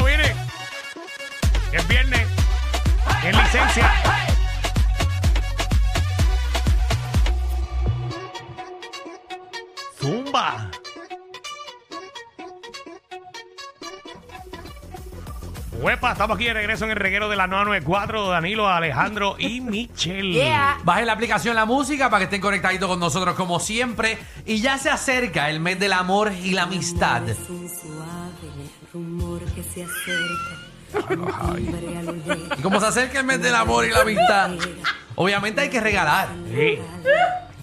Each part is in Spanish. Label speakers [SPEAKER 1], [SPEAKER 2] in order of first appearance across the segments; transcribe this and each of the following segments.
[SPEAKER 1] Bueno, vine. Es viernes. En licencia. Zumba. Huepa, estamos aquí de regreso en el reguero de la 994. Danilo, Alejandro y Michelle.
[SPEAKER 2] Baje la aplicación La Música para que estén conectaditos con nosotros como siempre. Y ya se acerca el mes del amor y la amistad.
[SPEAKER 3] Es un suave rumor que se acerca. Un timbre al oler.
[SPEAKER 2] Y como se acerca el mes del amor y la amistad, obviamente hay que regalar.
[SPEAKER 1] Sí.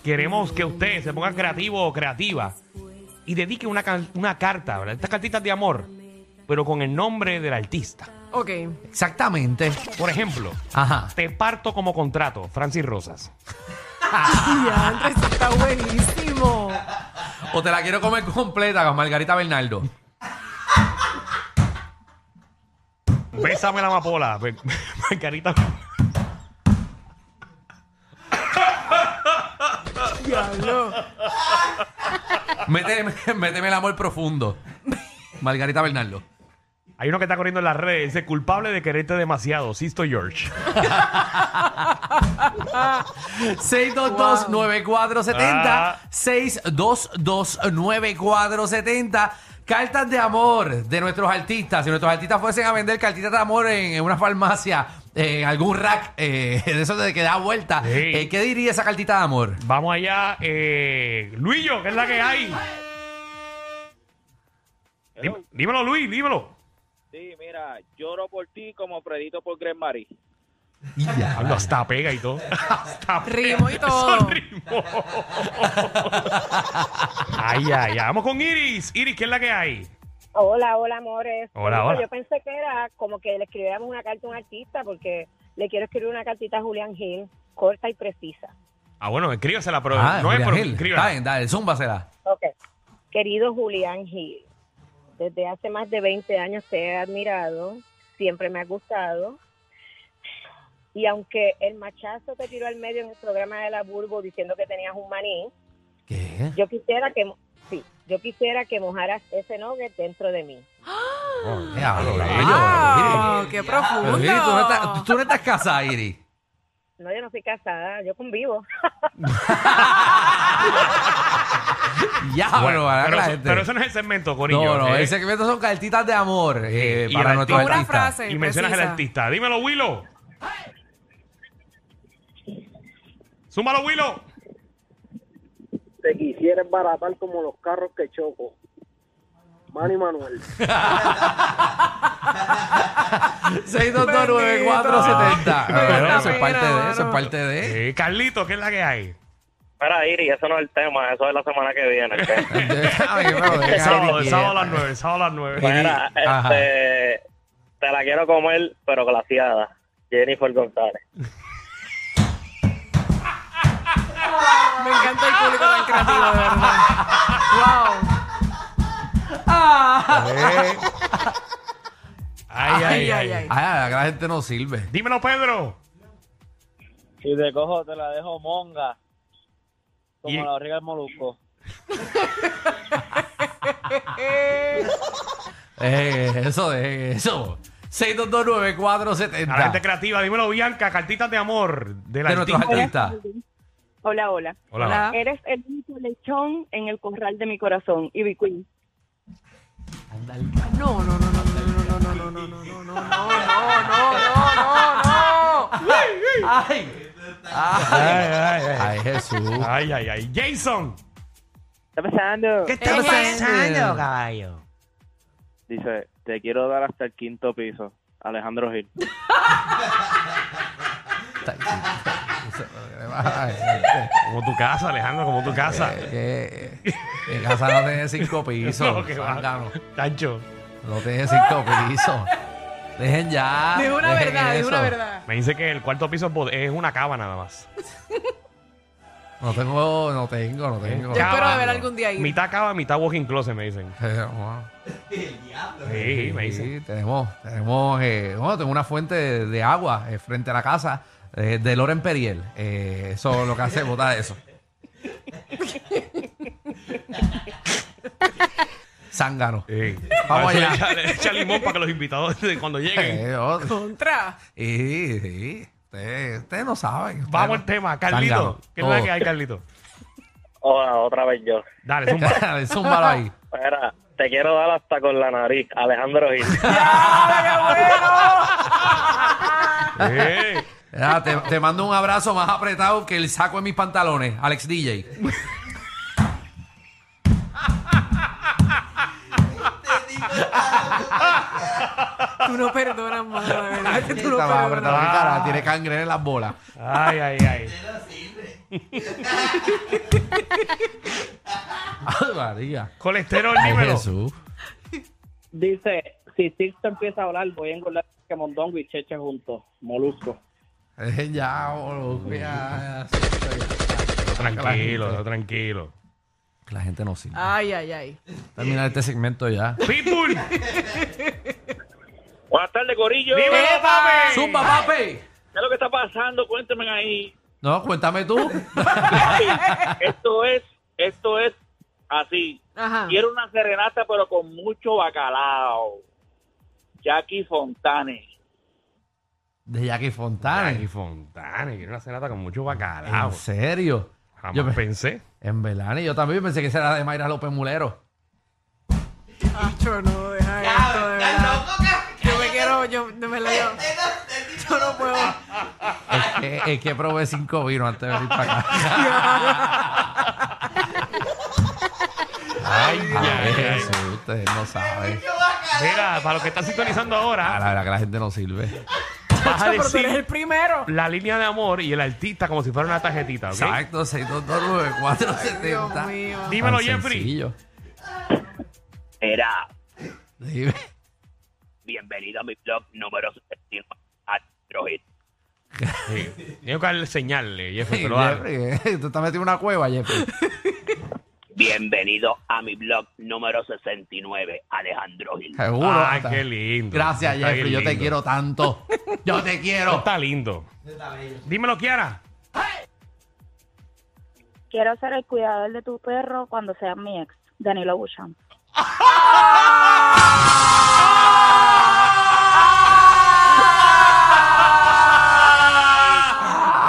[SPEAKER 1] Queremos que usted se ponga creativo o creativa y dedique una, can- una carta, ¿verdad? Estas cartitas de amor, pero con el nombre del artista.
[SPEAKER 4] Ok.
[SPEAKER 2] Exactamente.
[SPEAKER 1] Por ejemplo,
[SPEAKER 2] Ajá.
[SPEAKER 1] te parto como contrato, Francis Rosas.
[SPEAKER 4] Ya, Andrés, está buenísimo.
[SPEAKER 2] O te la quiero comer completa con Margarita Bernardo.
[SPEAKER 1] Bésame la amapola, Mar- Margarita.
[SPEAKER 4] Diablo.
[SPEAKER 2] Méteme, méteme el amor profundo. Margarita Bernardo.
[SPEAKER 1] Hay uno que está corriendo en las redes, dice culpable de quererte demasiado, Sisto George.
[SPEAKER 2] 622-9470.
[SPEAKER 1] Ah.
[SPEAKER 2] 622-9470. Cartas de amor de nuestros artistas. Si nuestros artistas fuesen a vender cartitas de amor en, en una farmacia, en algún rack, eh, de eso de que da vuelta,
[SPEAKER 1] Sí.
[SPEAKER 2] eh, ¿qué diría esa cartita de amor?
[SPEAKER 1] Vamos allá, eh, Luillo, que es la que hay. Dí- Dímelo, Luis, dímelo.
[SPEAKER 5] Sí, mira, lloro por ti como predito por Greg Marie.
[SPEAKER 2] Ah,
[SPEAKER 1] Hablo hasta pega y todo. Hasta pega.
[SPEAKER 4] Rimó y todo.
[SPEAKER 1] Eso rimó. ay, ay, ay. Vamos con Iris. Iris, ¿qué es la que hay?
[SPEAKER 6] Hola, hola, amores.
[SPEAKER 1] Hola,
[SPEAKER 6] Bueno,
[SPEAKER 1] hola.
[SPEAKER 6] Yo pensé que era como que le escribiéramos una carta a un artista porque le quiero escribir una cartita a Julián Gil, corta y precisa.
[SPEAKER 1] Ah, bueno, escríbasela, pero
[SPEAKER 2] Ah,
[SPEAKER 1] no es
[SPEAKER 2] Julián
[SPEAKER 1] pero
[SPEAKER 2] Gil.
[SPEAKER 1] escríbela.
[SPEAKER 2] Está bien, dale, zúmbasela.
[SPEAKER 6] Ok. Querido Julián Gil, desde hace más de 20 años te he admirado, siempre me ha gustado. Y aunque el machazo te tiró al medio en el programa de la Burgo diciendo que tenías un maní,
[SPEAKER 2] ¿Qué?
[SPEAKER 6] yo quisiera que, mo- sí, yo quisiera que mojaras ese nugget dentro de mí.
[SPEAKER 2] Qué
[SPEAKER 1] Ah,
[SPEAKER 2] hablo, bello,
[SPEAKER 4] ¡Wow!
[SPEAKER 2] Iris.
[SPEAKER 4] Ah, ¡Qué
[SPEAKER 2] Pero, Iris, tú, no estás,
[SPEAKER 4] profundo!
[SPEAKER 2] tú no estás casada, Iris.
[SPEAKER 6] No, yo no soy casada, yo convivo.
[SPEAKER 1] Bueno,
[SPEAKER 2] Ya, Ah, bueno, ahora que
[SPEAKER 1] pero, eso,
[SPEAKER 2] la gente-
[SPEAKER 1] pero eso no es el segmento, Corillo.
[SPEAKER 2] No, no,
[SPEAKER 1] ¿eh?
[SPEAKER 2] el segmento son cartitas de amor eh,
[SPEAKER 1] Y
[SPEAKER 2] para
[SPEAKER 1] el
[SPEAKER 2] nuestros
[SPEAKER 1] artista.
[SPEAKER 4] Una
[SPEAKER 2] artistas.
[SPEAKER 4] frase.
[SPEAKER 1] Y mencionas al
[SPEAKER 4] precisa.
[SPEAKER 1] artista. Dímelo, Willow. Súmalo, Willow.
[SPEAKER 7] te quisiera embaratar como los carros que choco. Manny Manuel.
[SPEAKER 4] Bendito.
[SPEAKER 2] 6229470. Bueno,
[SPEAKER 1] Bendita
[SPEAKER 2] Eso es
[SPEAKER 4] pena,
[SPEAKER 2] parte de, eso es
[SPEAKER 4] mano.
[SPEAKER 2] parte de.
[SPEAKER 1] Eh, Carlito, ¿qué es la que hay?
[SPEAKER 7] Espera, Iri, eso no es el tema, eso es la semana que viene. ¿ok?
[SPEAKER 2] Ay, pero deja,
[SPEAKER 1] El sábado,
[SPEAKER 2] Iri,
[SPEAKER 1] el sábado a las nueve, el sábado a las nueve.
[SPEAKER 7] Mira,
[SPEAKER 2] Iri, ajá.
[SPEAKER 7] este, te la quiero comer, pero glaciada. Jennifer González.
[SPEAKER 4] Me encanta el público tan creativo, de verdad. ¡Wow!
[SPEAKER 1] Eh. Ay, ay, ay.
[SPEAKER 4] Ay, ay, ay.
[SPEAKER 2] Eh, Ay, ay, la gente no sirve.
[SPEAKER 1] Dímelo, Pedro.
[SPEAKER 5] Si te cojo, te la dejo monga. Como
[SPEAKER 1] Y-
[SPEAKER 5] la barriga del molusco.
[SPEAKER 2] Eh, eso de eso. 6229470.
[SPEAKER 1] A la gente creativa, dímelo, Bianca, cartitas de amor de la
[SPEAKER 2] de nuestros artistas.
[SPEAKER 6] Hola, hola.
[SPEAKER 1] Hola.
[SPEAKER 4] Hola.
[SPEAKER 6] Eres el único lechón en el corral de mi corazón, Ivy Queen.
[SPEAKER 4] No, no, no, no, no, no, no, no, no, no, no, no, no, no, no, no, no, no.
[SPEAKER 2] Ay, ay,
[SPEAKER 1] Ay, ay, ay.
[SPEAKER 2] ay, Jesús.
[SPEAKER 1] Ay, ay, ay. Jason.
[SPEAKER 5] ¿Está pasando?
[SPEAKER 4] está pasando,
[SPEAKER 2] caballo?
[SPEAKER 5] Dice, te quiero dar hasta el quinto piso. Alejandro Gil.
[SPEAKER 2] este,
[SPEAKER 1] Como tu casa, Alejandro, como tu
[SPEAKER 2] eh,
[SPEAKER 1] casa.
[SPEAKER 2] Que, que casa no tiene cinco pisos.
[SPEAKER 1] No, que va.
[SPEAKER 2] ándalo.
[SPEAKER 1] Tancho.
[SPEAKER 2] No te dejes cinco pisos. Dejen ya.
[SPEAKER 4] Dijo una
[SPEAKER 2] dejen
[SPEAKER 4] verdad, dijo una
[SPEAKER 2] eso.
[SPEAKER 4] verdad.
[SPEAKER 1] Me dice que el cuarto piso es bod- es una cava nada más.
[SPEAKER 2] No tengo, no tengo, no tengo.
[SPEAKER 4] Yo espero
[SPEAKER 1] Cava.
[SPEAKER 4] de ver algún día ahí.
[SPEAKER 1] Mitad cava, mitad walking closet, me dicen.
[SPEAKER 2] Eh, bueno,
[SPEAKER 1] Sí, me dicen.
[SPEAKER 2] sí, tenemos, tenemos, eh, bueno, tengo una fuente de, de agua eh, frente a la casa eh, de Loren Periel. Eh, eso lo que hace es botar eso. Zángano.
[SPEAKER 1] Sí.
[SPEAKER 2] Vamos
[SPEAKER 1] Eso le
[SPEAKER 2] allá.
[SPEAKER 1] echa- le echa limón para que los invitados de cuando lleguen.
[SPEAKER 2] Eh, oh,
[SPEAKER 4] Contra.
[SPEAKER 2] y- sí, ustedes ustedes no saben. ustedes
[SPEAKER 1] Vamos
[SPEAKER 2] no-
[SPEAKER 1] al tema, Carlito.
[SPEAKER 2] Zángano.
[SPEAKER 1] ¿Qué es la
[SPEAKER 2] Oh.
[SPEAKER 1] que hay, Carlito?
[SPEAKER 5] Otra- otra vez yo.
[SPEAKER 1] Dale, zumba.
[SPEAKER 2] Zúmbalo ahí.
[SPEAKER 5] Espera, te quiero dar hasta con la nariz, Alejandro Gil.
[SPEAKER 1] Eh,
[SPEAKER 2] Ya, Ah, te, te mando un abrazo más apretado que el saco de mis pantalones, Alex DJ.
[SPEAKER 4] Tú no perdonas más, de verdad. que Tú no
[SPEAKER 2] Está más
[SPEAKER 4] perdonas.
[SPEAKER 2] apretado que
[SPEAKER 1] Ah.
[SPEAKER 2] cara, tiene cangre en las bolas.
[SPEAKER 1] Ay, ay, ay.
[SPEAKER 2] Ay, María.
[SPEAKER 1] Colesterol,
[SPEAKER 2] Ay,
[SPEAKER 1] dímelo.
[SPEAKER 2] Jesús.
[SPEAKER 5] Dice, si Sixto empieza a hablar, voy a engordar que Mondongo y Cheche juntos. Molusco.
[SPEAKER 2] Dejen ya, boludo, ya, ya,
[SPEAKER 1] Tranquilo, tranquilo.
[SPEAKER 2] que La gente no sirve.
[SPEAKER 1] Ah.
[SPEAKER 4] Ay, ay, ay.
[SPEAKER 2] Terminar este segmento ya.
[SPEAKER 1] Pitbull.
[SPEAKER 5] Buenas tardes, Corillo.
[SPEAKER 1] Dímelo, papi.
[SPEAKER 2] ¡Zumba, papi!
[SPEAKER 5] ¿Qué es lo que está pasando? Cuéntenme ahí.
[SPEAKER 2] No, cuéntame tú.
[SPEAKER 5] Esto es, esto es así.
[SPEAKER 4] Ajá.
[SPEAKER 5] Quiero una serenata, pero con mucho bacalao. Jackie Fontane.
[SPEAKER 2] De Jackie Fontana.
[SPEAKER 1] Ay, Fontana, quiero una cenata con mucho
[SPEAKER 2] ¿En
[SPEAKER 1] bacalao.
[SPEAKER 2] serio?
[SPEAKER 1] Jamás
[SPEAKER 2] Yo pe-
[SPEAKER 1] pensé.
[SPEAKER 2] En verdad, y yo también pensé que esa era de Mayra López Mulero.
[SPEAKER 4] Acho, Ah, no, deja esto, de verdad. Yo me quiero, yo, de verdad, yo. Yo no puedo.
[SPEAKER 2] Es que, es que probé cinco vinos antes de venir para acá.
[SPEAKER 1] Ay,
[SPEAKER 2] Ay,
[SPEAKER 1] ay, ay.
[SPEAKER 2] Jesús, ustedes no saben.
[SPEAKER 1] Mira, para los que están sintonizando
[SPEAKER 2] Ah,
[SPEAKER 1] ahora,
[SPEAKER 2] la verdad que la gente no sirve.
[SPEAKER 1] vas a
[SPEAKER 4] Pero tú eres
[SPEAKER 1] decir
[SPEAKER 4] el primero.
[SPEAKER 1] la línea de amor y el artista como si fuera una tarjetita, ¿ok?
[SPEAKER 2] Exacto, 622
[SPEAKER 4] Dios
[SPEAKER 2] 470
[SPEAKER 4] mío.
[SPEAKER 1] Dímelo, Jeffrey.
[SPEAKER 5] Era,
[SPEAKER 2] Dime.
[SPEAKER 5] bienvenido a mi blog número 61. Android.
[SPEAKER 1] Sí. Tengo que darle señal, eh, Jeffrey, te lo hago.
[SPEAKER 2] Jeffrey, eh, tú estás metido en una cueva, Jeffrey.
[SPEAKER 5] Bienvenido a mi blog número 69, Alejandro Gil.
[SPEAKER 2] Seguro.
[SPEAKER 1] Ay,
[SPEAKER 2] Hasta-
[SPEAKER 1] qué lindo.
[SPEAKER 2] Gracias,
[SPEAKER 1] Está
[SPEAKER 2] Jeffrey.
[SPEAKER 1] bien
[SPEAKER 2] Yo te
[SPEAKER 1] lindo.
[SPEAKER 2] quiero tanto. Yo te quiero.
[SPEAKER 1] Está lindo. Dímelo, Kiara.
[SPEAKER 8] Quiero ser el cuidador de tu perro cuando sea mi ex, Danilo Buchan.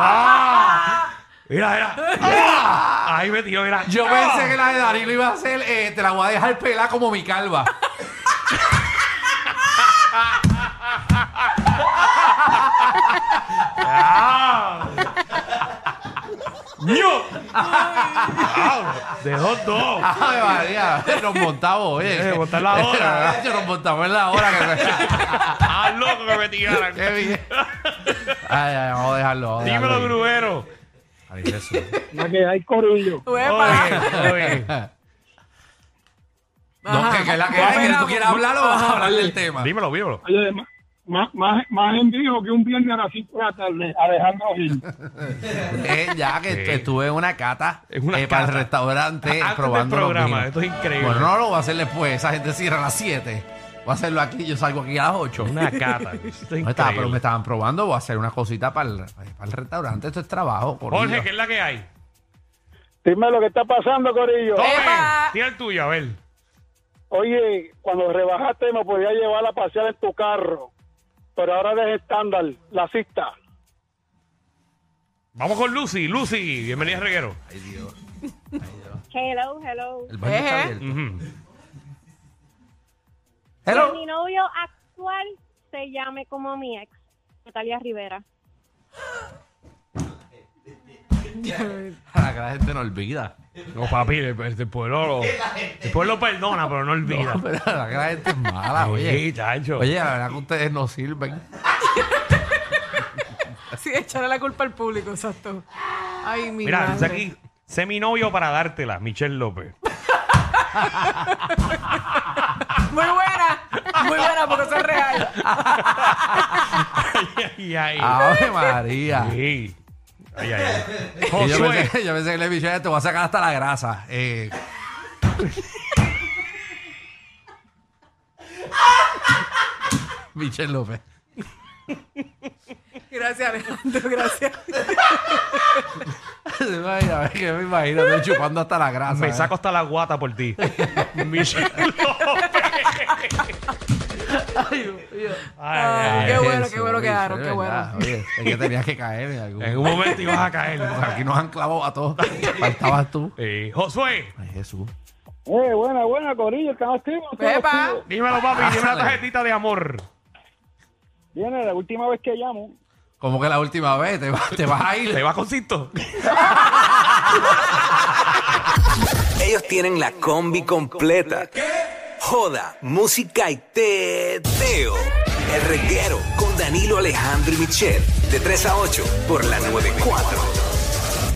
[SPEAKER 1] Ah. Mira, mira. ¡Ah! Ahí me tiró, mira.
[SPEAKER 2] Yo pensé que la de Danilo iba a ser, eh, te la voy a dejar pelar como mi calva.
[SPEAKER 1] ¡Ah! ¡Ñu! ¡Ah! Dejó dos.
[SPEAKER 2] Ay, María, nos montamos, oye.
[SPEAKER 1] Eh, botar la hora.
[SPEAKER 2] nos montamos en la hora. Que...
[SPEAKER 1] ¡Ah, loco que me tiraran!
[SPEAKER 2] Qué bien. Ay, ay, vamos a dejarlo. Vamos a dejarlo
[SPEAKER 1] Dímelo,
[SPEAKER 2] ahí.
[SPEAKER 1] Gruero.
[SPEAKER 2] Ay, Jesús.
[SPEAKER 7] que hay corillo.
[SPEAKER 4] Uepa.
[SPEAKER 1] Oye, oye.
[SPEAKER 2] No,
[SPEAKER 4] Ajá.
[SPEAKER 2] que, que es la que hay.
[SPEAKER 4] Espera,
[SPEAKER 2] ¿Tú quieres hablar o vas a hablar del tema?
[SPEAKER 1] Dímelo, dímelo.
[SPEAKER 7] Oye, ma- ma- ma- más en vivo que un viernes a las 5 de la tarde, Alejandro Gil.
[SPEAKER 2] Eh, ya que
[SPEAKER 1] Sí.
[SPEAKER 2] estuve en una cata,
[SPEAKER 1] En una
[SPEAKER 2] eh, para el
[SPEAKER 1] cata. Ah,
[SPEAKER 2] restaurante
[SPEAKER 1] Antes del
[SPEAKER 2] probando los
[SPEAKER 1] programa,
[SPEAKER 2] vinos.
[SPEAKER 1] esto es increíble.
[SPEAKER 2] Bueno, no lo voy a hacer después, esa gente cierra a las 7. Voy a hacerlo aquí, yo salgo aquí a las 8.
[SPEAKER 1] Una cata. Esto es
[SPEAKER 2] No estaba, pero me
[SPEAKER 1] increíble.
[SPEAKER 2] estaban probando, voy a hacer una cosita para el, eh, para el restaurante, esto es trabajo. corillo.
[SPEAKER 1] Jorge, ¿qué es la que hay?
[SPEAKER 7] Dime lo que está pasando, corillo.
[SPEAKER 1] Tome,
[SPEAKER 4] Epa.
[SPEAKER 1] tira el tuyo, a ver.
[SPEAKER 7] Oye, cuando rebajaste me podía llevar a pasear en tu carro, pero ahora es estándar, la cista.
[SPEAKER 1] Vamos con Lucy. Lucy, bienvenida al reguero.
[SPEAKER 2] Ay, Dios.
[SPEAKER 8] Hello, hello.
[SPEAKER 2] El baño está
[SPEAKER 4] Ejé.
[SPEAKER 2] abierto.
[SPEAKER 1] Ujú.
[SPEAKER 8] Que
[SPEAKER 2] Hello.
[SPEAKER 8] mi novio actual se llame como mi ex, Natalia Rivera.
[SPEAKER 2] Para que la gente no olvida.
[SPEAKER 1] No, papi, el, el pueblo lo, el pueblo perdona, pero no olvida.
[SPEAKER 2] Pero la que la gente es mala,
[SPEAKER 1] Oye,
[SPEAKER 2] oye.
[SPEAKER 1] chacho.
[SPEAKER 2] Oye, la verdad que ustedes no sirven.
[SPEAKER 4] Sí, echarle la culpa al público, exacto. Ay, mi
[SPEAKER 1] Mira, dice
[SPEAKER 4] madre.
[SPEAKER 1] aquí, sé mi novio para dártela, Michelle López.
[SPEAKER 4] Muy buena, muy buena porque son real.
[SPEAKER 1] ay, ay.
[SPEAKER 2] ¡Ave María!
[SPEAKER 1] Sí. Ay, ay, ay.
[SPEAKER 2] Y Yo
[SPEAKER 1] Josué.
[SPEAKER 2] pensé, yo pensé que le dije, te voy a sacar hasta la grasa. Eh, Michelle López.
[SPEAKER 4] Gracias, Alejandro, gracias.
[SPEAKER 2] Ay, a ver, que me imagino, estoy chupando hasta la grasa.
[SPEAKER 1] Me
[SPEAKER 2] ¿eh?
[SPEAKER 1] saco hasta la guata por ti. Michelle López. Ay, ay,
[SPEAKER 4] Qué
[SPEAKER 1] ay.
[SPEAKER 4] bueno,
[SPEAKER 2] Eso,
[SPEAKER 4] qué bueno
[SPEAKER 2] Michelle,
[SPEAKER 4] quedaron, qué
[SPEAKER 2] ¿verdad?
[SPEAKER 4] bueno.
[SPEAKER 2] Oye, es que tenías que caer en algún
[SPEAKER 1] En un momento ibas a caer.
[SPEAKER 2] Aquí nos han clavado a todos. Faltabas tú.
[SPEAKER 1] Eh, Josué,
[SPEAKER 2] Ay, Jesús.
[SPEAKER 7] Eh, buena, buena, Corillo, están activos. están
[SPEAKER 4] Pepa.
[SPEAKER 7] activos.
[SPEAKER 1] dímelo, papi, dime una
[SPEAKER 2] Pásale.
[SPEAKER 1] tarjetita de amor.
[SPEAKER 7] Viene la última vez que llamo.
[SPEAKER 2] Como que la última vez te, va- te vas a ir.
[SPEAKER 1] ¿Te vas con cinto?
[SPEAKER 9] Ellos tienen la combi completa. Joda, música y teo. El reguero con Danilo Alejandro y Michel. De 3 a 8 por la 94.